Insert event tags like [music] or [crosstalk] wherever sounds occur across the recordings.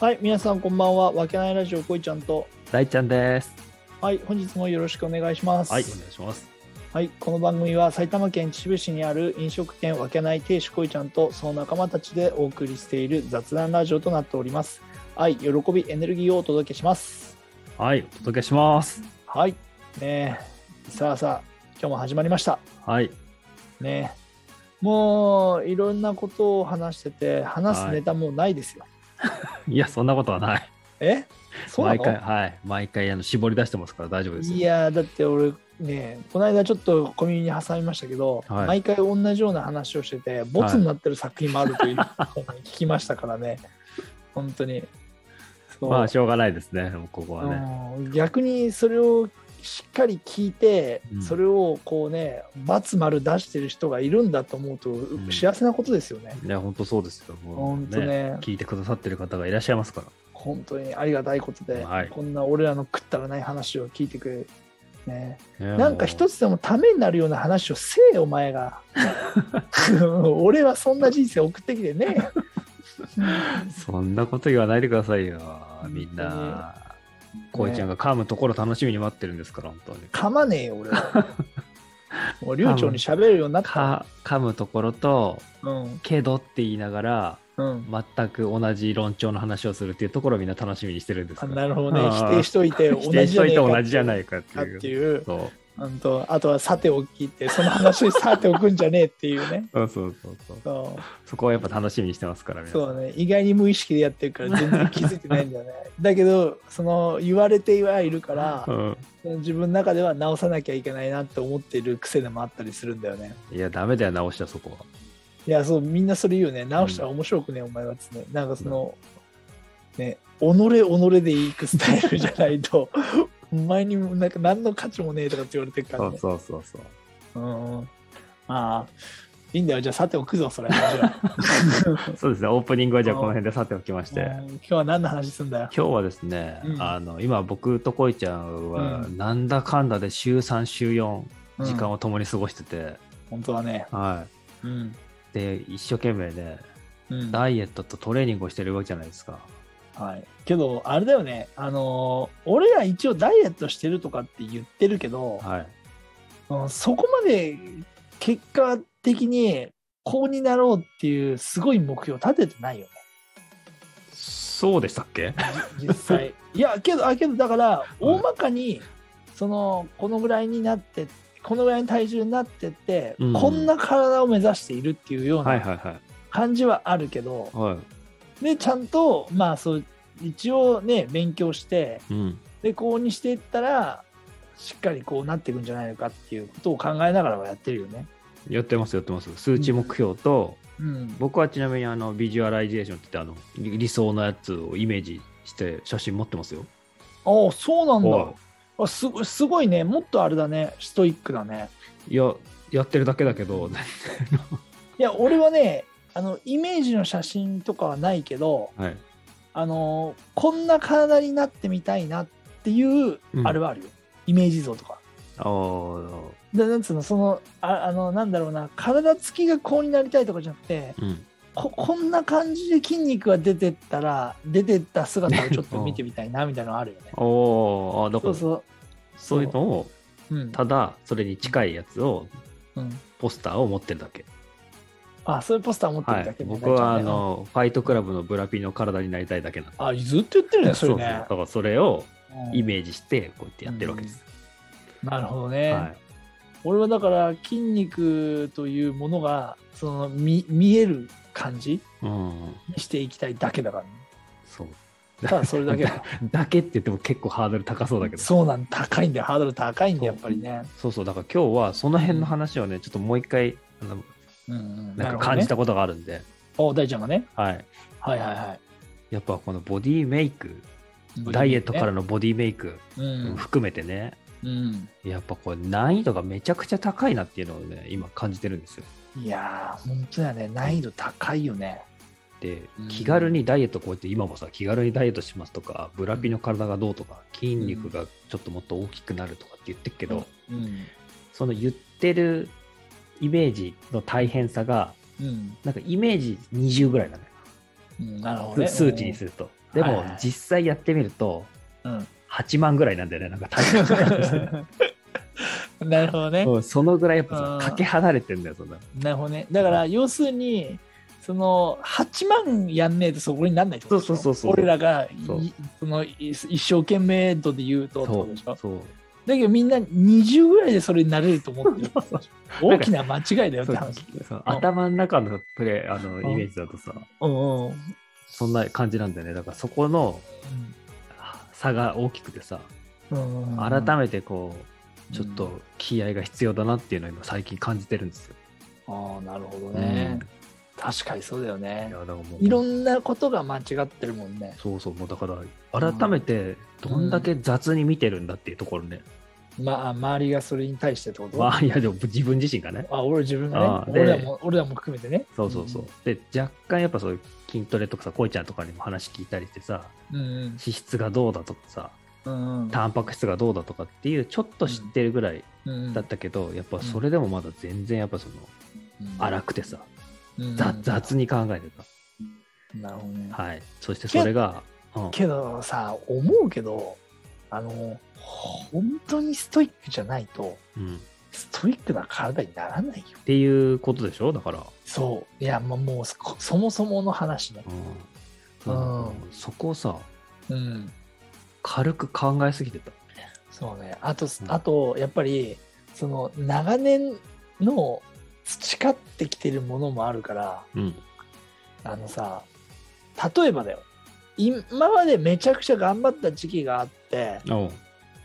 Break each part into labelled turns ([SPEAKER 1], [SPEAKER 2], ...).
[SPEAKER 1] はい、皆さんこんばんは。わけないラジオこいちゃんと。
[SPEAKER 2] 大ちゃんです。
[SPEAKER 1] はい、本日もよろしくお願いします。
[SPEAKER 2] はい、お願いします。
[SPEAKER 1] はいこの番組は埼玉県秩父市にある飲食店わけない亭主こいちゃんとその仲間たちでお送りしている雑談ラジオとなっております。愛、喜び、エネルギーをお届けします。
[SPEAKER 2] はい、お届けします。
[SPEAKER 1] はい、ねえ、さあさあ、今日も始まりました。
[SPEAKER 2] はい、
[SPEAKER 1] ねえ、もういろんなことを話してて、話す
[SPEAKER 2] はい
[SPEAKER 1] ネタもうないですよ。
[SPEAKER 2] いや、そんなことはない。
[SPEAKER 1] えそうな
[SPEAKER 2] 毎
[SPEAKER 1] の
[SPEAKER 2] 回、はい、毎回あの絞り出してますから大丈夫ですよ。
[SPEAKER 1] いやーだって俺ねこの間ちょっと小耳に挟みましたけど、
[SPEAKER 2] は
[SPEAKER 1] 毎
[SPEAKER 2] い
[SPEAKER 1] 回同じような話をしててボツになってる作品もあると
[SPEAKER 2] [laughs]
[SPEAKER 1] いうことに聞きましたからね、本当にそう、
[SPEAKER 2] まあ、しょうがないですね、もうここはね。
[SPEAKER 1] うん逆にそれをしっかり聞いて、
[SPEAKER 2] うん
[SPEAKER 1] それをこうね×丸出してる人がいるんだと思うと
[SPEAKER 2] ん
[SPEAKER 1] 幸せなことですよね、
[SPEAKER 2] いや、本当そうですよ。もう
[SPEAKER 1] 本当ね
[SPEAKER 2] 聞いてくださってる方がいらっしゃいますから。
[SPEAKER 1] 本当にありがたいことで、
[SPEAKER 2] はい
[SPEAKER 1] こんな俺らの食ったらない話を聞いてくれるね
[SPEAKER 2] いや
[SPEAKER 1] なんか一つでもためになるような話をせえよお前
[SPEAKER 2] [laughs]
[SPEAKER 1] が俺はそんな人生送ってきてね
[SPEAKER 2] もうそんなこと言わないでくださいよ、みんな。こいちゃんが噛むところ楽しみに待ってるんですから、本当に。
[SPEAKER 1] 噛まねえよ俺はもう流暢に喋るようになった
[SPEAKER 2] か噛むところと、
[SPEAKER 1] うん
[SPEAKER 2] けどって言いながら、
[SPEAKER 1] うん
[SPEAKER 2] 全く同じ論調の話をするっていうところをみんな楽しみにしてるんです
[SPEAKER 1] あ
[SPEAKER 2] から
[SPEAKER 1] なるほどね
[SPEAKER 2] あ
[SPEAKER 1] 否
[SPEAKER 2] ー
[SPEAKER 1] 定しといて同
[SPEAKER 2] 否
[SPEAKER 1] じ
[SPEAKER 2] 定し
[SPEAKER 1] じゃ
[SPEAKER 2] とい
[SPEAKER 1] ね
[SPEAKER 2] て
[SPEAKER 1] えか
[SPEAKER 2] 同じじゃないかって
[SPEAKER 1] かっ
[SPEAKER 2] いう。
[SPEAKER 1] ていう
[SPEAKER 2] そう
[SPEAKER 1] うんとあとはさておきってその話にさておくんじゃねえっていうね
[SPEAKER 2] そうそうそうそう。
[SPEAKER 1] そ
[SPEAKER 2] そこはやっぱ楽しみにしてますから
[SPEAKER 1] う
[SPEAKER 2] 皆さん
[SPEAKER 1] そうね意外に無意識でやってるから全然気づいてないんだよねだけどその言われてはいるから、
[SPEAKER 2] うん
[SPEAKER 1] 自分の中では直さなきゃいけないなって思ってる癖でもあったりするんだよね。
[SPEAKER 2] いや、ダメだよ、直したそこは。
[SPEAKER 1] いや、そう、みんなそれ言うね。直したら面白くね、お前はっつってね。なんかその、ね、己己でいくスタイルじゃないと、 [laughs] お前にもなんか何の価値もねえとかって言われてるか
[SPEAKER 2] そ
[SPEAKER 1] らね
[SPEAKER 2] う。そうそうそう。
[SPEAKER 1] うんうん。ああ、いいんだよ。じゃあさておくぞ、それ。話は
[SPEAKER 2] そうですね、オープニングはじゃあこの辺でさておきまして。
[SPEAKER 1] うん今日は何の話すんだよ。
[SPEAKER 2] 今日はですね、
[SPEAKER 1] うん
[SPEAKER 2] あの今僕とこいちゃんは
[SPEAKER 1] う
[SPEAKER 2] なんだかんだで週3週4
[SPEAKER 1] うん
[SPEAKER 2] 時間を共に過ごしてて、
[SPEAKER 1] 本当はね。
[SPEAKER 2] は
[SPEAKER 1] うん。
[SPEAKER 2] い、で一生懸命ね
[SPEAKER 1] うん。
[SPEAKER 2] ダイエットとトレーニングをしてるわけじゃないですか。
[SPEAKER 1] はい、けど、あれだよね、あのー俺ら一応ダイエットしてるとかって言ってるけど、
[SPEAKER 2] はい、
[SPEAKER 1] うんそこまで結果的にこうになろうっていうすごい目標立ててないよね、
[SPEAKER 2] そうでしたっけ
[SPEAKER 1] 実際。いや、けど、あけどだから、
[SPEAKER 2] うん
[SPEAKER 1] 大まかに、その、このぐらいになって、このぐらいの体重になってって、
[SPEAKER 2] うん
[SPEAKER 1] こんな体を目指しているっていうよう
[SPEAKER 2] はい
[SPEAKER 1] な
[SPEAKER 2] はいは
[SPEAKER 1] 感じはあるけど、
[SPEAKER 2] い。は
[SPEAKER 1] で、ちゃんと、まあ、そう、一応ね、勉強して、
[SPEAKER 2] い、うん
[SPEAKER 1] でこうにしていったらしっかりこうなっていくんじゃないのかっていうことを考えながらはやってるよね。
[SPEAKER 2] やってますやってます数値目標と、
[SPEAKER 1] うん、
[SPEAKER 2] 僕はちなみにあのビジュアライゼーションって言ってあの理理想のやつをイメージして写真持ってますよ
[SPEAKER 1] ああそうなん
[SPEAKER 2] は
[SPEAKER 1] だあすごいすごいねもっとあれだねストイックだね。
[SPEAKER 2] いいややってるだけだけど [laughs]
[SPEAKER 1] いや俺はねあのイメージの写真とかはないけど
[SPEAKER 2] はい
[SPEAKER 1] あのこんな体になってみたいなっていう
[SPEAKER 2] うん
[SPEAKER 1] あれはあるよ、イメージ像とか。
[SPEAKER 2] あー
[SPEAKER 1] でなんつうのそのああのなんだろうな体つきがこうになりたいとかじゃなくて
[SPEAKER 2] うん
[SPEAKER 1] ここんな感じで筋肉が出てったら出てった姿をちょっと
[SPEAKER 2] [laughs]
[SPEAKER 1] 見てみたいなみたいなのあるよね。
[SPEAKER 2] おーあだか
[SPEAKER 1] そ
[SPEAKER 2] ら
[SPEAKER 1] う
[SPEAKER 2] そう
[SPEAKER 1] そ
[SPEAKER 2] いうのを
[SPEAKER 1] う。うん。
[SPEAKER 2] ただそれに近いやつを
[SPEAKER 1] うん、
[SPEAKER 2] ポスターを持ってるだけ、
[SPEAKER 1] あそういうポスター持って
[SPEAKER 2] は
[SPEAKER 1] るだ
[SPEAKER 2] い、
[SPEAKER 1] けで、
[SPEAKER 2] 僕はあ
[SPEAKER 1] 大ちゃんね
[SPEAKER 2] のファイトクラブのブラピの体になりたいだけなんで
[SPEAKER 1] あずっと言ってるねそれ
[SPEAKER 2] そうそう
[SPEAKER 1] ね
[SPEAKER 2] だ。からそれを
[SPEAKER 1] うん
[SPEAKER 2] イメージしてこうやってやってるわけです、
[SPEAKER 1] なるほどね、
[SPEAKER 2] はい
[SPEAKER 1] 俺はだから筋肉というものがその見見える感じ
[SPEAKER 2] うん、
[SPEAKER 1] にしていきたいだけだから、ね。
[SPEAKER 2] そう
[SPEAKER 1] ただそれだ
[SPEAKER 2] [laughs]
[SPEAKER 1] けだ
[SPEAKER 2] だけって言っても結構ハードル高そうだけど
[SPEAKER 1] そうなん高いんだよハードル高いんだよやっぱりね。
[SPEAKER 2] そうそうだから今日はその辺の話をねちょっともう一回あの
[SPEAKER 1] うんうん、
[SPEAKER 2] なん
[SPEAKER 1] る
[SPEAKER 2] か
[SPEAKER 1] ほど
[SPEAKER 2] 感
[SPEAKER 1] ね
[SPEAKER 2] じたことがあるんで
[SPEAKER 1] お大ちゃんがね。
[SPEAKER 2] はい、
[SPEAKER 1] はいはいは
[SPEAKER 2] やっぱこのボディメイク
[SPEAKER 1] い。
[SPEAKER 2] ダイエットからのボディメイク
[SPEAKER 1] うん、
[SPEAKER 2] 含めてね、
[SPEAKER 1] うん、
[SPEAKER 2] やっぱこれ難易度がめちゃくちゃ高いなっていうのをね今感じてるんですよ
[SPEAKER 1] いやー、本当だね、難易度高いよね。
[SPEAKER 2] で
[SPEAKER 1] うん
[SPEAKER 2] 気軽にダイエットこうやって今もさ気軽にダイエットしますとかブラピの体がどうとか筋肉がちょっともっと大きくなるとかって言ってるけど、
[SPEAKER 1] うん、
[SPEAKER 2] その言ってるイメージの大変さが
[SPEAKER 1] うん、
[SPEAKER 2] なんかイメージ20ぐらいだね
[SPEAKER 1] うんなるほどね。
[SPEAKER 2] 数値にすると。で
[SPEAKER 1] はい
[SPEAKER 2] も
[SPEAKER 1] はいはい
[SPEAKER 2] 実際やってみると
[SPEAKER 1] うん。 [laughs]
[SPEAKER 2] 8万ぐらいなんだよねなんか体感が
[SPEAKER 1] なるほどね。
[SPEAKER 2] うんそのぐらいやっぱ
[SPEAKER 1] あ
[SPEAKER 2] さ
[SPEAKER 1] ー
[SPEAKER 2] かけ離れてんだよそんな
[SPEAKER 1] なるほどね。だから、要するに、その、8万やんねえとそこになんないってことでしょ
[SPEAKER 2] そうそうそうそう
[SPEAKER 1] 俺らがい
[SPEAKER 2] そう
[SPEAKER 1] そのい一生懸命度で言うとってことでしょ
[SPEAKER 2] そう
[SPEAKER 1] だけどみんな20ぐらいでそれになれると思ってる
[SPEAKER 2] [laughs]
[SPEAKER 1] ってことでしょ
[SPEAKER 2] なん
[SPEAKER 1] 大
[SPEAKER 2] か
[SPEAKER 1] きな間違いだよっ
[SPEAKER 2] そ
[SPEAKER 1] て
[SPEAKER 2] う
[SPEAKER 1] 話。
[SPEAKER 2] そう頭の中のプレイあの
[SPEAKER 1] ん
[SPEAKER 2] イメージだとさ
[SPEAKER 1] うんうん。
[SPEAKER 2] そんな感じなんだよねだからそこの差が大きくてさ
[SPEAKER 1] うん
[SPEAKER 2] 改めてこうちょっと気合が必要だなっていうのを今最近感じてるんですよ。
[SPEAKER 1] ああなるほど
[SPEAKER 2] う
[SPEAKER 1] ね
[SPEAKER 2] ん、
[SPEAKER 1] 確かにそうだよ
[SPEAKER 2] い
[SPEAKER 1] ね
[SPEAKER 2] やだからもう
[SPEAKER 1] いろんなことが間違ってるもんね
[SPEAKER 2] そうそうもうだから改めてどんだけ雑に見てるんだっていうところね、
[SPEAKER 1] まあ周りがそれに対してってこと、
[SPEAKER 2] まあいやでも自分自身がね
[SPEAKER 1] あ俺自分が
[SPEAKER 2] あ
[SPEAKER 1] ね
[SPEAKER 2] ーで
[SPEAKER 1] 俺らも俺らも含めてね
[SPEAKER 2] そうそうそう、で若干やっぱそういう筋トレとかさこいちゃんとかにも話聞いたりしてさ
[SPEAKER 1] うん
[SPEAKER 2] 脂質がどうだとかさ
[SPEAKER 1] うんうん
[SPEAKER 2] タンパク質がどうだとかっていうちょっと知ってるぐらい
[SPEAKER 1] うん
[SPEAKER 2] だったけど、やっぱそれでもまだ全然やっぱその荒くてさ、
[SPEAKER 1] うん
[SPEAKER 2] 雑雑に考えてた、
[SPEAKER 1] なるほどね、
[SPEAKER 2] はいそしてそれが、うん、
[SPEAKER 1] けどさ思うけどあの本当にストイックじゃないと
[SPEAKER 2] うん
[SPEAKER 1] ストイックな体にならないよ
[SPEAKER 2] っていうことでしょだから、
[SPEAKER 1] そういやまあもうそそもそもの話ね
[SPEAKER 2] うん
[SPEAKER 1] うん
[SPEAKER 2] そこをさ
[SPEAKER 1] うん
[SPEAKER 2] 軽く考えすぎてた
[SPEAKER 1] そうね。あと、
[SPEAKER 2] うん
[SPEAKER 1] あと、やっぱり、その、長年の培ってきてるものもあるから、
[SPEAKER 2] うん
[SPEAKER 1] あのさ、例えばだよ。今までめちゃくちゃ頑張った時期があって、
[SPEAKER 2] おう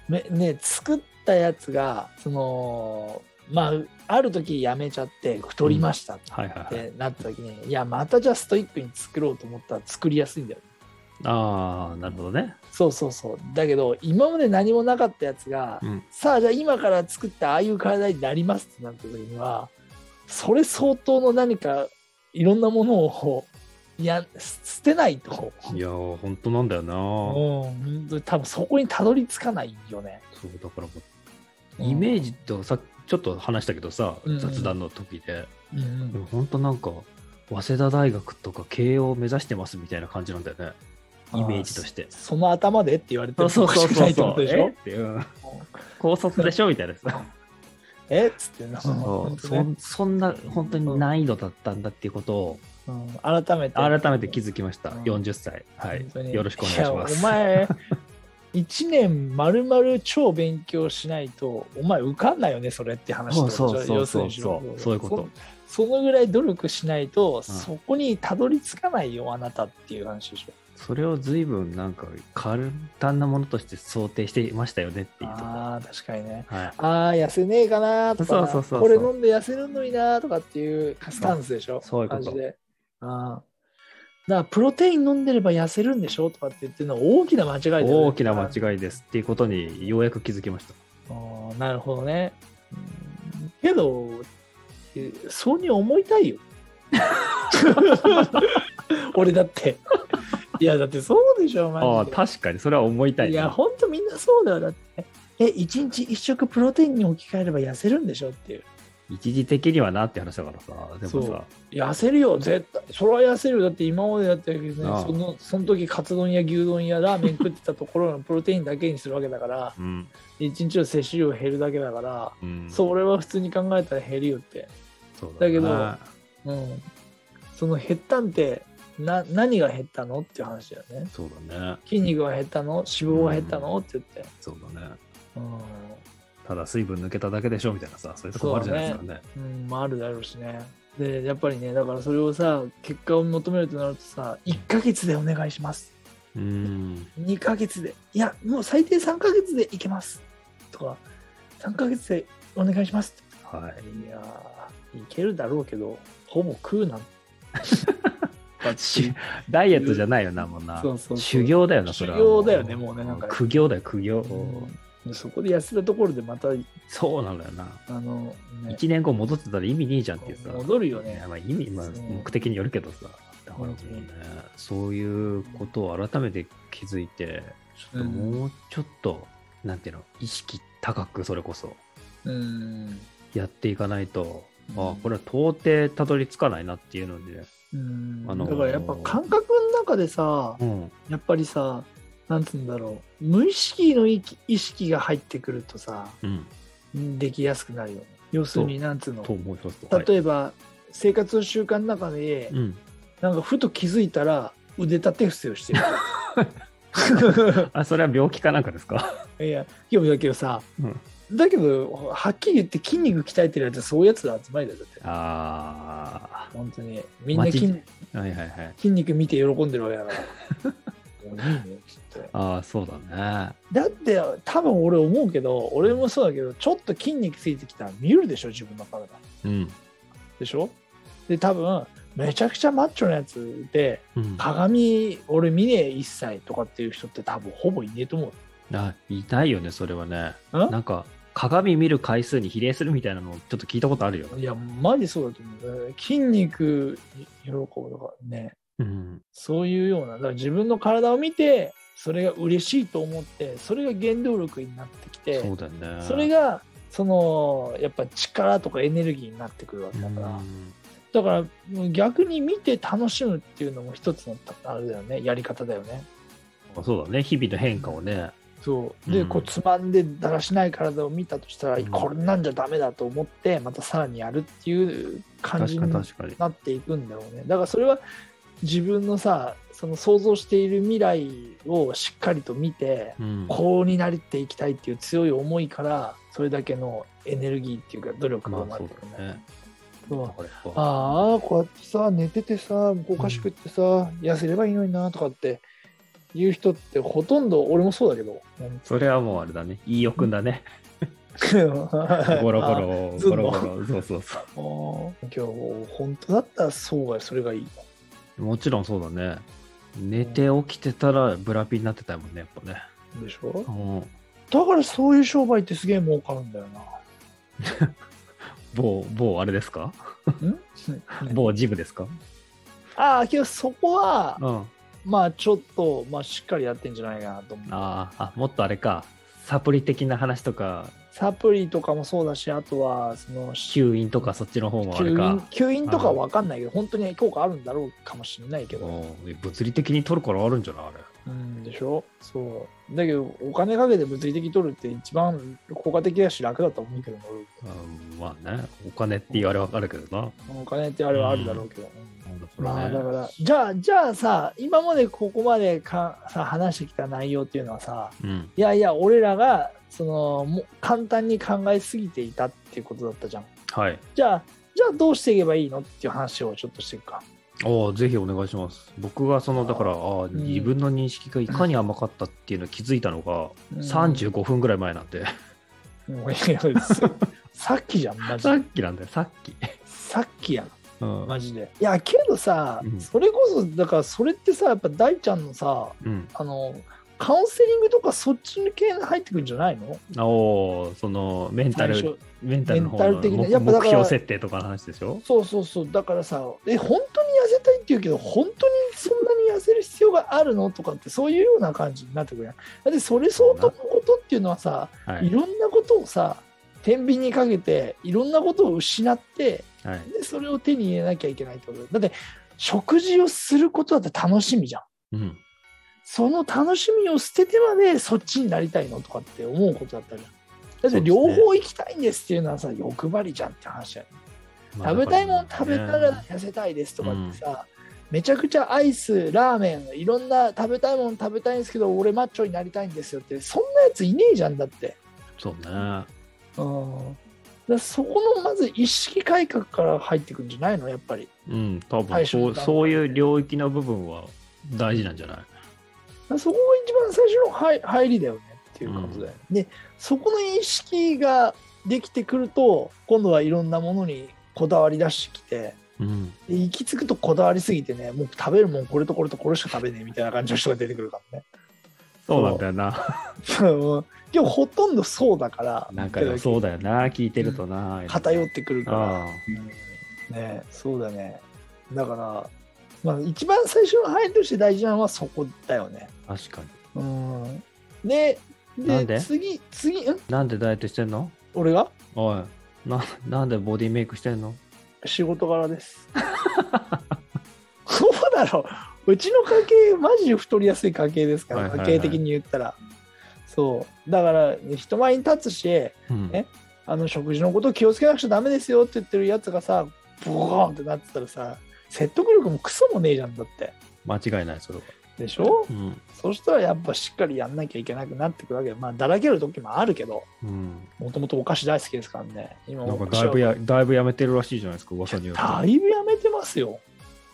[SPEAKER 1] めね、作ったやつが、その、まあ、ある時やめちゃって太りましたっ
[SPEAKER 2] はいはいはい
[SPEAKER 1] てなった時に、いや、またじゃあストイックに作ろうと思ったら作りやすいんだよ。
[SPEAKER 2] ああなるほどね
[SPEAKER 1] そうそうそう。だけど、今まで何もなかったやつが、
[SPEAKER 2] うん
[SPEAKER 1] さあじゃあ今から作ったああいう体になりますってなった時にはそれ相当の何かいろんなものをいや捨てないと、
[SPEAKER 2] いやー本当なんだよな
[SPEAKER 1] うん、本当に多分そこにたどり着かないよね。
[SPEAKER 2] そうだからもうイメージとさちょっと話したけどさ、
[SPEAKER 1] うん
[SPEAKER 2] 雑談の時で
[SPEAKER 1] うんうん
[SPEAKER 2] でも本当なんか早稲田大学とか慶応を目指してますみたいな感じなんだよねイメージとして
[SPEAKER 1] その頭でって言われてもおかしくないって
[SPEAKER 2] [laughs]
[SPEAKER 1] ことでし
[SPEAKER 2] え
[SPEAKER 1] ょ
[SPEAKER 2] っていう高卒でしょみたいなさ
[SPEAKER 1] えっつってな
[SPEAKER 2] そ
[SPEAKER 1] 本
[SPEAKER 2] う
[SPEAKER 1] 当
[SPEAKER 2] そ
[SPEAKER 1] ね
[SPEAKER 2] んそんな本当に難易度だったんだっていうことを
[SPEAKER 1] うん改めて
[SPEAKER 2] 改めて気づきました、
[SPEAKER 1] うん
[SPEAKER 2] 40歳は
[SPEAKER 1] 本当に
[SPEAKER 2] いよろしくお願いします
[SPEAKER 1] やお前1年まるまる超勉強しないとお前受かんないよねそれって話
[SPEAKER 2] そうそうそう
[SPEAKER 1] 要する
[SPEAKER 2] そう
[SPEAKER 1] に
[SPEAKER 2] そうそういうこと
[SPEAKER 1] そそのぐらい努力しないと、そこにたどり着かないよあなたっていう話でしょ
[SPEAKER 2] それを随分なんか簡単なものとして想定していましたよねっていうとこ
[SPEAKER 1] ああ確かにね
[SPEAKER 2] はい
[SPEAKER 1] ああ痩せねえかなとか
[SPEAKER 2] そうそうそうそう
[SPEAKER 1] これ飲んで痩せるのになとかっていうスタンスでしょ
[SPEAKER 2] そういうこと
[SPEAKER 1] マジであーだからプロテイン飲んでれば痩せるんでしょとかって言ってるのは大きな間違いだよね
[SPEAKER 2] 大きな間違いですっていうことにようやく気づきました
[SPEAKER 1] あーなるほどね。うんけど、えそうに思いたいよ。 [laughs] 俺だって。いや、だってそうでしょ、
[SPEAKER 2] あ
[SPEAKER 1] マ
[SPEAKER 2] あ
[SPEAKER 1] ジで。
[SPEAKER 2] 確かにそれは思いたい
[SPEAKER 1] い
[SPEAKER 2] ね
[SPEAKER 1] や、ほんとみんなそうだよ。だって。え、一日一食プロテインに置き換えれば痩せるんでしょっていう。
[SPEAKER 2] 一時的にはなって話だからさで
[SPEAKER 1] そ
[SPEAKER 2] も
[SPEAKER 1] う
[SPEAKER 2] さ
[SPEAKER 1] 痩せるよ、絶対。それは痩せるよ。だって今までだって、ね、そ
[SPEAKER 2] ああ
[SPEAKER 1] のその時カツ丼や牛丼やラーメン食ってたところのプロテインだけにするわけだから、
[SPEAKER 2] うん
[SPEAKER 1] 一日の摂取量減るだけだから、
[SPEAKER 2] うん
[SPEAKER 1] それは普通に考えたら減るよって。
[SPEAKER 2] そう
[SPEAKER 1] だけど
[SPEAKER 2] な
[SPEAKER 1] うん、その減ったんってな何が減ったのっていう話だよね
[SPEAKER 2] そうだね
[SPEAKER 1] 筋肉が減ったの脂肪が減ったの、って言って、
[SPEAKER 2] そうだね
[SPEAKER 1] うん
[SPEAKER 2] ただ水分抜けただけでしょみたいなさそういうとこもあるじゃないですかね
[SPEAKER 1] うん、まああるだろうしねでやっぱりねだからそれをさ結果を求めるとなるとさ1ヶ月でお願いします
[SPEAKER 2] うん
[SPEAKER 1] 2ヶ月でいやもう最低3ヶ月でいけますとか3ヶ月でお願いします
[SPEAKER 2] はい
[SPEAKER 1] いやーいけるだろうけどほぼ食う [laughs] なんてだって
[SPEAKER 2] し [laughs] ダイエットじゃないよなもんな
[SPEAKER 1] そうそうそう
[SPEAKER 2] 修行だよなそれは
[SPEAKER 1] 修行だよねもうねなんか
[SPEAKER 2] 苦行だよ苦行、
[SPEAKER 1] うんそこで痩せたところでまた
[SPEAKER 2] そうなのよな
[SPEAKER 1] あの、ね、
[SPEAKER 2] 1年後戻ってたら意味ねえじゃんっていうさ
[SPEAKER 1] 戻るよ
[SPEAKER 2] い
[SPEAKER 1] ね
[SPEAKER 2] や。まあ意味、まあ、
[SPEAKER 1] そう
[SPEAKER 2] 目的によるけどさだからもうねそういうことを改めて気づいてちょっともうちょっと、なんていうの意識高くそれこそ
[SPEAKER 1] うん。
[SPEAKER 2] やっていかないと、
[SPEAKER 1] うん
[SPEAKER 2] あこれは到底たどり着かないなっていうので
[SPEAKER 1] うん
[SPEAKER 2] あのー
[SPEAKER 1] だからやっぱ感覚の中でさ
[SPEAKER 2] うん
[SPEAKER 1] やっぱりさなんつうんだろう無意識の意識意識が入ってくるとさ
[SPEAKER 2] うん
[SPEAKER 1] できやすくなるよね要するになんつうの
[SPEAKER 2] と思いますと、はい
[SPEAKER 1] 例えば生活の習慣の中で
[SPEAKER 2] うん、
[SPEAKER 1] なんかふと気づいたら腕立て伏せをして
[SPEAKER 2] [laughs] あそれは病気かなんかですか
[SPEAKER 1] るいや興味だけどさ、だけどはっきり言って筋肉鍛えてるやつはそういうやつの集まりだよだって
[SPEAKER 2] あ
[SPEAKER 1] 本当にみんな筋
[SPEAKER 2] マあはいはいはい
[SPEAKER 1] 筋肉見て喜んでるわけだから
[SPEAKER 2] [laughs]
[SPEAKER 1] もういいねちょっと
[SPEAKER 2] ああそうだね
[SPEAKER 1] だって多分俺思うけど俺もそうだけどちょっと筋肉ついてきたら見えるでしょ自分の体
[SPEAKER 2] うん
[SPEAKER 1] でしょで多分めちゃくちゃマッチョなやつで
[SPEAKER 2] うん、あ
[SPEAKER 1] 鏡俺見ねえ一切とかっていう人って多分ほぼいねえと思う
[SPEAKER 2] 痛いよねそれはね
[SPEAKER 1] ん
[SPEAKER 2] なんか鏡見る回数に比例するみたいなのをちょっと聞いたことあるよ、
[SPEAKER 1] いやマジそうだと思う筋肉に喜ぶとかね
[SPEAKER 2] うん、
[SPEAKER 1] そういうようなだから自分の体を見てそれが嬉しいと思ってそれが原動力になってきて
[SPEAKER 2] そうだよね
[SPEAKER 1] それがそのやっぱ力とかエネルギーになってくるわけだから、
[SPEAKER 2] うん
[SPEAKER 1] だからもう逆に見て楽しむっていうのも一つのたあれだよねやり方だよね
[SPEAKER 2] そうだね日々の変化をね
[SPEAKER 1] そうで、
[SPEAKER 2] うん
[SPEAKER 1] こうつまんでだらしない体を見たとしたら、
[SPEAKER 2] うん
[SPEAKER 1] これなんじゃダメだと思ってまたさらにやるっていう感
[SPEAKER 2] 確
[SPEAKER 1] じ
[SPEAKER 2] か
[SPEAKER 1] に
[SPEAKER 2] に確かに
[SPEAKER 1] なっていくんだろうねだからそれは自分のさその想像している未来をしっかりと見て
[SPEAKER 2] うん
[SPEAKER 1] こうになっていきたいっていう強い思いからそれだけのエネルギーっていうか努力が生
[SPEAKER 2] ま
[SPEAKER 1] ま
[SPEAKER 2] あそ
[SPEAKER 1] れ
[SPEAKER 2] う
[SPEAKER 1] てくるんだ
[SPEAKER 2] だ
[SPEAKER 1] よね
[SPEAKER 2] ね
[SPEAKER 1] そう
[SPEAKER 2] これ
[SPEAKER 1] ああこうやってさ寝ててさおかしくってさ、痩せればいいのになとかっていう人ってほとんど俺もそうだけど
[SPEAKER 2] それはもうあれだねいいよくんだね [laughs] ゴロゴロ
[SPEAKER 1] ずん
[SPEAKER 2] ゴ
[SPEAKER 1] の
[SPEAKER 2] ロゴロそうそうそ
[SPEAKER 1] あー今日本当だったらそうがそれがいいう
[SPEAKER 2] もちろんそうだね寝て起きてたらブラピになってたもんねやっぱね
[SPEAKER 1] でしょ
[SPEAKER 2] うん
[SPEAKER 1] だからそういう商売ってすげえ儲かるんだよ [laughs] な
[SPEAKER 2] 某某あれですか
[SPEAKER 1] ん
[SPEAKER 2] 某ジムですか
[SPEAKER 1] ああけどそこは
[SPEAKER 2] うん
[SPEAKER 1] まあちょっと、まあ、しっかりやってんじゃないかなと思う
[SPEAKER 2] あーあもっとあれかサプリ的な話とか
[SPEAKER 1] サプリとかもそうだしあとはその
[SPEAKER 2] 吸引とかそっちの方もあ
[SPEAKER 1] 吸
[SPEAKER 2] れ
[SPEAKER 1] 引
[SPEAKER 2] か
[SPEAKER 1] 吸引とかは分かんないけど本当に効果あるんだろうかもしれないけど
[SPEAKER 2] うん物理的に取るからあるんじゃないあれ
[SPEAKER 1] うんでしょそうだけどお金かけて物理的に取るって一番効果的だし楽だと思うけどな
[SPEAKER 2] うんまあねお金って言われわかるけどな
[SPEAKER 1] 俺お金ってあれはあるだろうけど、
[SPEAKER 2] それ
[SPEAKER 1] まあ
[SPEAKER 2] はね
[SPEAKER 1] だからじゃあじゃあさ今までここまでかさ話してきた内容っていうのはさ
[SPEAKER 2] うん
[SPEAKER 1] いやいや俺らがそのも簡単に考えすぎていたっていうことだったじゃん
[SPEAKER 2] はい
[SPEAKER 1] じゃあじゃあどうしていけばいいのっていう話をちょっとしていくか
[SPEAKER 2] ああぜひお願いします僕がそのだからあー
[SPEAKER 1] ん
[SPEAKER 2] 自分の認識がいかに甘かったっていうのを気づいたのが
[SPEAKER 1] うん
[SPEAKER 2] 35分ぐらい前なんで
[SPEAKER 1] もういやさ [laughs] さっきじゃんマジ
[SPEAKER 2] [laughs] さっ
[SPEAKER 1] で
[SPEAKER 2] きなんだよさっき
[SPEAKER 1] さっきやん
[SPEAKER 2] うん
[SPEAKER 1] マジでいやけどさ、
[SPEAKER 2] うん
[SPEAKER 1] それこそだからそれってさやっぱ大ちゃんのさ
[SPEAKER 2] うん
[SPEAKER 1] あのカウンセリングとかそっちの系が入ってくるんじゃないの
[SPEAKER 2] あおーそのメン
[SPEAKER 1] 最
[SPEAKER 2] タル
[SPEAKER 1] 初
[SPEAKER 2] メンタルの方
[SPEAKER 1] メン
[SPEAKER 2] の
[SPEAKER 1] タル的な
[SPEAKER 2] 目
[SPEAKER 1] やっぱだから
[SPEAKER 2] 目標設定とかの話でしょ
[SPEAKER 1] そうそうそうだからさえ本当に痩せたいって言うけど本当にそんなに痩せる必要があるのとかってそういうような感じになってくるやんだってそれ相当のことっていうのはさ
[SPEAKER 2] はいい、
[SPEAKER 1] ろんなことをさ天秤にかけていろんなことを失って
[SPEAKER 2] はい、
[SPEAKER 1] でそれを手に入れなきゃいけないってことだって食事をすることだって楽しみじゃん
[SPEAKER 2] うん
[SPEAKER 1] その楽しみを捨ててまでそっちになりたいのとかって思うことだったじゃんだっ
[SPEAKER 2] そ
[SPEAKER 1] て
[SPEAKER 2] うですね
[SPEAKER 1] 両方行きたいんですっていうのはさ欲張りじゃんって話だよね
[SPEAKER 2] まあ
[SPEAKER 1] 食べたいもん
[SPEAKER 2] だか
[SPEAKER 1] 食
[SPEAKER 2] ね
[SPEAKER 1] べたら痩せたいですとかってさ、めちゃくちゃアイスラーメンいろんな食べたいもん食べたいんですけど俺マッチョになりたいんですよってそんなやついねえじゃんだって、
[SPEAKER 2] そう
[SPEAKER 1] う
[SPEAKER 2] ね
[SPEAKER 1] ん、だからそこのまず意識改革から入ってくんじゃないのやっぱり
[SPEAKER 2] うん多
[SPEAKER 1] 最
[SPEAKER 2] 分
[SPEAKER 1] 初
[SPEAKER 2] そ
[SPEAKER 1] の
[SPEAKER 2] う
[SPEAKER 1] 段階
[SPEAKER 2] そういう領域の部分は大事なんじゃない
[SPEAKER 1] だからそこが一番最初の入入りだよねっていうことだよね、でそこの意識ができてくると今度はいろんなものにこだわり出してきて
[SPEAKER 2] うん
[SPEAKER 1] で行き着くとこだわりすぎてねもう食べるもんこれとこれとこれしか食べねえみたいな感じの人が出てくるからね [laughs]
[SPEAKER 2] そうなんだよな
[SPEAKER 1] そうでもほとんどそうだから
[SPEAKER 2] なんかねそうだよな聞いてるとな
[SPEAKER 1] 偏ってくるから
[SPEAKER 2] ああ
[SPEAKER 1] うんねそうだねだから、まあ、一番最初の範囲として大事なのはそこだよね
[SPEAKER 2] 確かに
[SPEAKER 1] うんで
[SPEAKER 2] なん
[SPEAKER 1] で
[SPEAKER 2] で
[SPEAKER 1] 次次ん
[SPEAKER 2] なんでダイエットしてんの
[SPEAKER 1] 俺が
[SPEAKER 2] おい
[SPEAKER 1] [laughs]
[SPEAKER 2] ななんでボディメイクしてんの
[SPEAKER 1] 仕事柄ですだろう、うちの家系、マジで太りやすい家系ですか
[SPEAKER 2] はい
[SPEAKER 1] ら、
[SPEAKER 2] はいは
[SPEAKER 1] 家
[SPEAKER 2] い
[SPEAKER 1] 系的に言ったら。そう。だから、人前に立つし、
[SPEAKER 2] うん
[SPEAKER 1] えあの食事のこと気をつけなくちゃダメですよって言ってるやつがさ、ボコーンってなってたらさ、説得力もクソもねえじゃんだって。
[SPEAKER 2] 間違いない、それは。
[SPEAKER 1] でしょ
[SPEAKER 2] うん。
[SPEAKER 1] そしたらやっぱしっかりやんなきゃいけなくなってくるわけまあ、だらける時もあるけど、
[SPEAKER 2] うん。
[SPEAKER 1] もともとお菓子大好きですからね。今
[SPEAKER 2] なんか
[SPEAKER 1] お菓
[SPEAKER 2] だ
[SPEAKER 1] 子
[SPEAKER 2] い
[SPEAKER 1] は
[SPEAKER 2] ぶや、だいぶやめてるらしいじゃないですか、噂によると。
[SPEAKER 1] だいぶやめてますよ。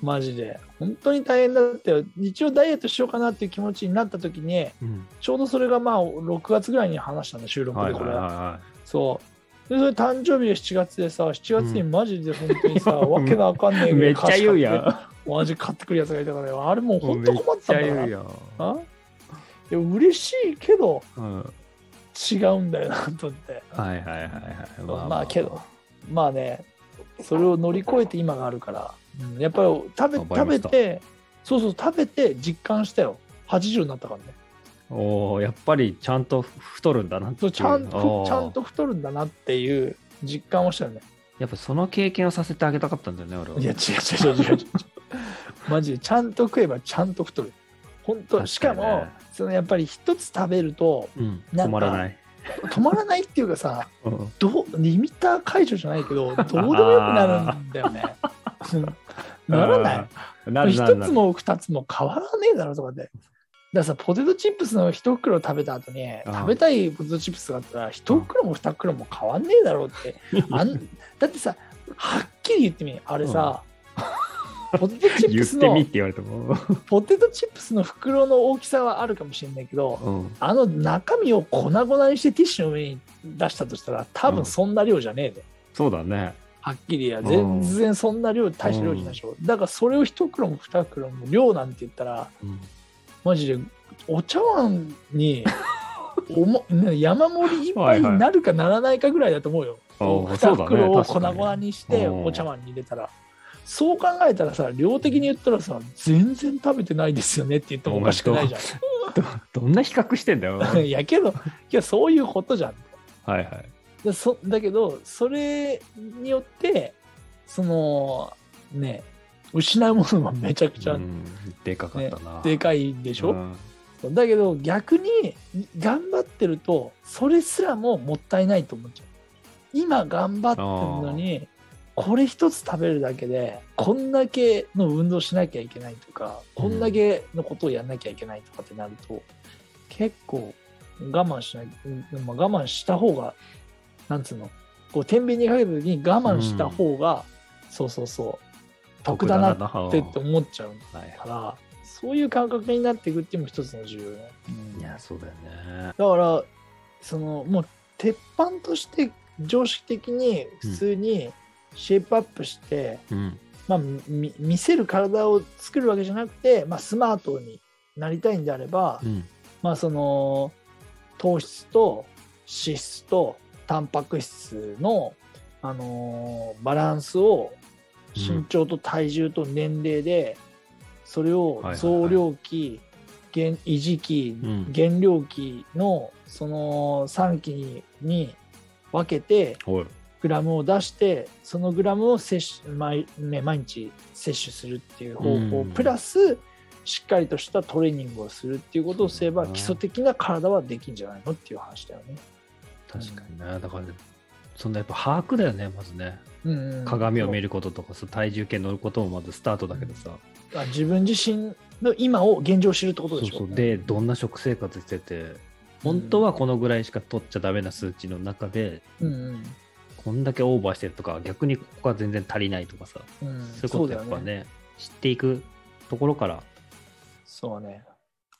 [SPEAKER 1] マジで。本当に大変だって、一応ダイエットしようかなっていう気持ちになった時に、
[SPEAKER 2] うん。
[SPEAKER 1] ちょうどそれがまあ6月ぐらいに話したんだ、収録
[SPEAKER 2] はい
[SPEAKER 1] で
[SPEAKER 2] は
[SPEAKER 1] こ
[SPEAKER 2] い
[SPEAKER 1] れ。
[SPEAKER 2] はいは。
[SPEAKER 1] そう。で、それ誕生日で7月でさ、7月にマジで本当にさ、わけのわかんないい
[SPEAKER 2] めっちゃ言うやん。
[SPEAKER 1] マジ買ってくるやつがいたからよ。あれもう本当困ったんだか
[SPEAKER 2] めっちゃ言
[SPEAKER 1] ら。
[SPEAKER 2] う
[SPEAKER 1] い
[SPEAKER 2] やん。
[SPEAKER 1] や、嬉しいけど、
[SPEAKER 2] うん。はい
[SPEAKER 1] 違うんだよな、と思って。
[SPEAKER 2] はいはいはい。
[SPEAKER 1] まあ、けど。まあねそれを乗り越えて今があるから、うんやっぱり食べ
[SPEAKER 2] 頑張り
[SPEAKER 1] 食
[SPEAKER 2] ま
[SPEAKER 1] べ
[SPEAKER 2] した
[SPEAKER 1] てそうそう食べて実感したよ80になったからね
[SPEAKER 2] おおやっぱりちゃんと太るんだなってい
[SPEAKER 1] そうちゃんと
[SPEAKER 2] おー
[SPEAKER 1] ちゃんと太るんだなっていう実感をしたよね
[SPEAKER 2] やっぱその経験をさせてあげたかったんだよね、俺は。
[SPEAKER 1] いや違う違う違う違う違うマジでちゃんと食えばちゃんと太る本当しか
[SPEAKER 2] 確かに
[SPEAKER 1] も
[SPEAKER 2] ね
[SPEAKER 1] そのやっぱり一つ食べると
[SPEAKER 2] うん、
[SPEAKER 1] なんか
[SPEAKER 2] 止まらない。
[SPEAKER 1] 止まらないっていうかさ
[SPEAKER 2] うん
[SPEAKER 1] どうリミッター解除じゃないけどどうでもよくなるんだよねうんならない
[SPEAKER 2] なるなる
[SPEAKER 1] 一
[SPEAKER 2] な
[SPEAKER 1] つ
[SPEAKER 2] る。
[SPEAKER 1] も二つも変わらねえだろとかで。だからさ、ポテトチップスの一袋食べた後に、
[SPEAKER 2] ああ
[SPEAKER 1] 食べたいポテトチップスがあったら、一袋も二袋も変わんねえだろうって。あんだってさ、はっきり言ってみ、あれさ、ポテトチッ
[SPEAKER 2] 言
[SPEAKER 1] プ
[SPEAKER 2] っ
[SPEAKER 1] ス
[SPEAKER 2] てみっ
[SPEAKER 1] の
[SPEAKER 2] て、言われても。
[SPEAKER 1] ポテトチップスの袋の大きさはあるかもしれないけど、
[SPEAKER 2] うん
[SPEAKER 1] あの中身を粉々にしてティッシュの上に出したとしたら、多分そんな量じゃねえで。
[SPEAKER 2] そうだね。
[SPEAKER 1] はっきりや
[SPEAKER 2] ん
[SPEAKER 1] 全然そんな量大した量じゃないでしょ、だからそれを一袋も二袋も量なんて言ったら
[SPEAKER 2] うん
[SPEAKER 1] マジでお茶碗にお
[SPEAKER 2] [laughs]
[SPEAKER 1] もね山盛りいっぱいになるかならないかぐらいだと思うよ、
[SPEAKER 2] あー
[SPEAKER 1] 2
[SPEAKER 2] そうだね
[SPEAKER 1] 袋を粉
[SPEAKER 2] 確かに
[SPEAKER 1] 々にして
[SPEAKER 2] うん
[SPEAKER 1] お茶碗に入れたらそう考えたらさ量的に言ったらさ全然食べてないですよねって言ってもおかしくないじゃ
[SPEAKER 2] どんな比較して
[SPEAKER 1] [laughs]
[SPEAKER 2] んだよ。は
[SPEAKER 1] んいやけどいやそういうことじゃん
[SPEAKER 2] いはい。
[SPEAKER 1] でそだけどそれによってそのね失うものがめちゃくちゃ
[SPEAKER 2] うんでかかったな。
[SPEAKER 1] で
[SPEAKER 2] い
[SPEAKER 1] かいんで
[SPEAKER 2] で
[SPEAKER 1] しょ、だけど逆に頑張ってるとそれすらももったいないと思っちゃう今頑張ってるのにこれ一つ食べるだけでこんだけの運動しなきゃいけないとかこんだけのことをやんなきゃいけないとかってなると、結構我慢しない、うんまあ、我慢した方がなんつうのこう天秤にかけた時に我慢した方が、そうそうそう得だなっ
[SPEAKER 2] って
[SPEAKER 1] って思っちゃう
[SPEAKER 2] はい
[SPEAKER 1] からそういう感覚になっていくっていうのも一つの重要ね、
[SPEAKER 2] いや、そうだよね。
[SPEAKER 1] だからそのもう鉄板として常識的に普通にシェイプアップして、
[SPEAKER 2] うん。
[SPEAKER 1] まあみ見せる体を作るわけじゃなくて、まあ、スマートになりたいんであれば、
[SPEAKER 2] うん。
[SPEAKER 1] まあその糖質と脂質とタンパク質の、あのーバランスを
[SPEAKER 2] うん
[SPEAKER 1] 身長と体重と年齢で、それを
[SPEAKER 2] はいはいはい
[SPEAKER 1] 増量期、減維持期
[SPEAKER 2] うん
[SPEAKER 1] 減量期のその3期に分けて
[SPEAKER 2] おい。
[SPEAKER 1] グラムを出してそのグラムを摂取毎,、ね、毎日摂取するっていう方法、
[SPEAKER 2] うん
[SPEAKER 1] プラスしっかりとしたトレーニングをするっていうことをすれば
[SPEAKER 2] そうだな
[SPEAKER 1] 基礎的な体はできんじゃないのっていう話だよね。
[SPEAKER 2] 確かにね。だからね、そんなやっぱ把握だよね、まずね。
[SPEAKER 1] うんうん
[SPEAKER 2] 鏡を見
[SPEAKER 1] る
[SPEAKER 2] ることとかさ、体重計乗ることもまずスタートだけどさ。
[SPEAKER 1] 自分自身の今を現状を知るってこと
[SPEAKER 2] そ
[SPEAKER 1] で
[SPEAKER 2] う
[SPEAKER 1] しょ
[SPEAKER 2] そう。で、どんな食生活してて、本当はこのぐらいしか取っちゃダメな数値の中で、
[SPEAKER 1] うんうん
[SPEAKER 2] こんだけオーバーしてるとか、逆にここが全然足りないとかさ、
[SPEAKER 1] うん
[SPEAKER 2] そういうことやっぱね、知っていくところから、
[SPEAKER 1] そうね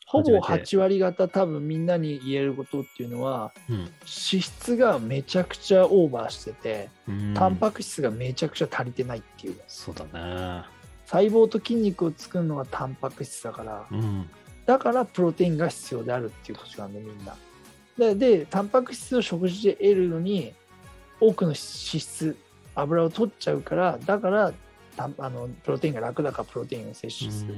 [SPEAKER 1] ほぼ8割方多分みんなに言えることっていうのは
[SPEAKER 2] うん
[SPEAKER 1] 脂質がめちゃくちゃオーバーしてて
[SPEAKER 2] うん
[SPEAKER 1] タンパク質がめちゃくちゃ足りてないっていう
[SPEAKER 2] そうだね。
[SPEAKER 1] 細胞と筋肉を作るのがタンパク質だから
[SPEAKER 2] うん。
[SPEAKER 1] だからプロテインが必要であるっていうことなんでみんなででタンパク質を食事で得るのに多くの脂質油を取っちゃうからだからたあのプロテインが楽だからプロテインを摂取する、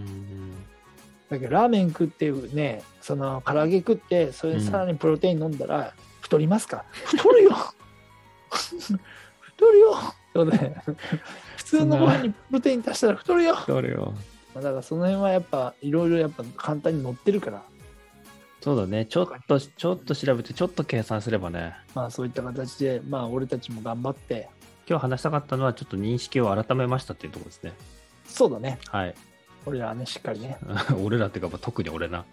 [SPEAKER 1] だけどラーメン食ってねその唐揚げ食ってそれでさらにプロテイン飲んだら太りますか、太るよ太るよってことで普通のご飯にプロテイン足したら太るよ
[SPEAKER 2] どれよ。
[SPEAKER 1] まあ、だからその辺はやっぱいろいろやっぱ簡単に載ってるから、
[SPEAKER 2] そうだね。ちょっと、ちょっと調べて、ちょっと計算すればね。
[SPEAKER 1] まあそういった形で、まあ俺たちも頑張って、
[SPEAKER 2] 今日話したかったのは、ちょっと認識を改めましたっていうところですね。
[SPEAKER 1] そうだね、
[SPEAKER 2] はい。
[SPEAKER 1] 俺らはね、しっかり
[SPEAKER 2] [laughs]
[SPEAKER 1] ね。
[SPEAKER 2] 俺らっていうか、まあ、特に俺な。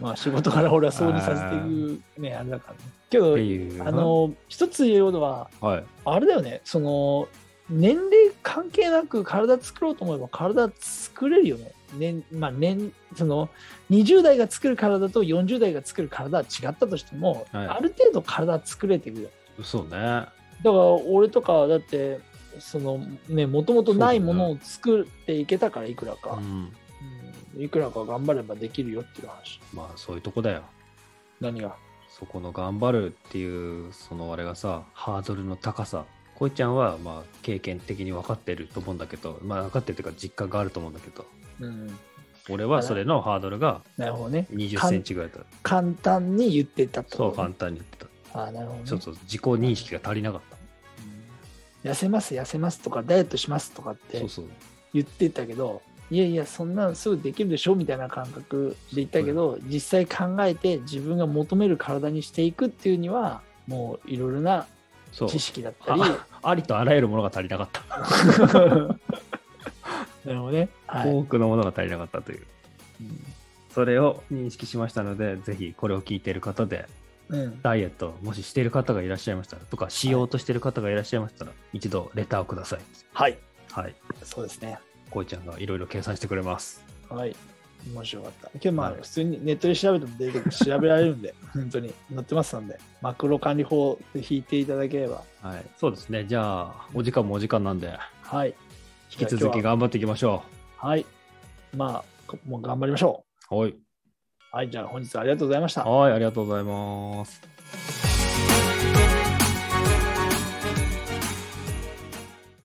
[SPEAKER 1] まあ仕事から俺はそうにさせていくね、あれだからね。けど
[SPEAKER 2] って、いう。
[SPEAKER 1] あ、の、一つ言えるのは、
[SPEAKER 2] はい。
[SPEAKER 1] あれだよね、その、年齢関係なく体作ろうと思えば体作れるよね。年、まあ年、その、20代が作る体と40代が作る体は違ったとしても、
[SPEAKER 2] はい
[SPEAKER 1] ある程度体は作れていくよ。
[SPEAKER 2] そうね。
[SPEAKER 1] だから俺とかはだってそのねもともとないものを作っていけたからいくら
[SPEAKER 2] う
[SPEAKER 1] か、う
[SPEAKER 2] ん。
[SPEAKER 1] んいくらか頑張ればできるよっていう話
[SPEAKER 2] まあ、そういうとこだよ。
[SPEAKER 1] 何が
[SPEAKER 2] そこの頑張るっていう、そのあれがさ、ハードルの高さ。こいちゃんは、まあ、経験的に分かってると思うんだけど、まあ、分かってるというか、実感があると思うんだけど、
[SPEAKER 1] うん
[SPEAKER 2] 俺はそれのハードルが
[SPEAKER 1] なるほどね
[SPEAKER 2] 20センチぐらいだった。
[SPEAKER 1] 簡単に言ってたって
[SPEAKER 2] そう、
[SPEAKER 1] こと
[SPEAKER 2] 簡
[SPEAKER 1] ね
[SPEAKER 2] 単に言ってた。
[SPEAKER 1] ああなるほど、ね、
[SPEAKER 2] ちょっと自己認識が足りなかっ。
[SPEAKER 1] 痩せます痩せますとかダイエットしますとかったて
[SPEAKER 2] そうそう。
[SPEAKER 1] 言ってたけどいやいやそんなんすぐできるでしょみたいな感覚で言ったけど実際考えて自分が求める体にしていくっていうにはもういろいろな
[SPEAKER 2] そう。
[SPEAKER 1] 知識だ
[SPEAKER 2] [laughs]
[SPEAKER 1] ったり
[SPEAKER 2] あありとあらゆるものが足りなかった。
[SPEAKER 1] [laughs] なるほどね。はい。
[SPEAKER 2] 多くのものが足りなかったという。それを認識しましたので、ぜひこれを聞いている方で、
[SPEAKER 1] うん。
[SPEAKER 2] ダイエット、もししている方がいらっしゃいましたら、とか、しようとしている方がいらっしゃいましたら、一度レターをください。
[SPEAKER 1] はい。
[SPEAKER 2] はい。
[SPEAKER 1] そうですね。
[SPEAKER 2] こいちゃんがいろいろ計算してくれます。
[SPEAKER 1] はい。面白かった。今日まあ、
[SPEAKER 2] はい
[SPEAKER 1] 普通にネットで調べても出てくる調べられる [laughs] んで、本当に載ってますので、マクロ管理法で引いていただければ。
[SPEAKER 2] はい。そうですね。じゃあ、お時間もお時間なんで、
[SPEAKER 1] はい。
[SPEAKER 2] 引き続き
[SPEAKER 1] が。
[SPEAKER 2] 頑張っていきましょ
[SPEAKER 1] はい。まあ、もう頑張りましょ
[SPEAKER 2] う。はい。
[SPEAKER 1] う。はい。じゃあ本日はありがとうございました。
[SPEAKER 2] はい、ありがとうございます。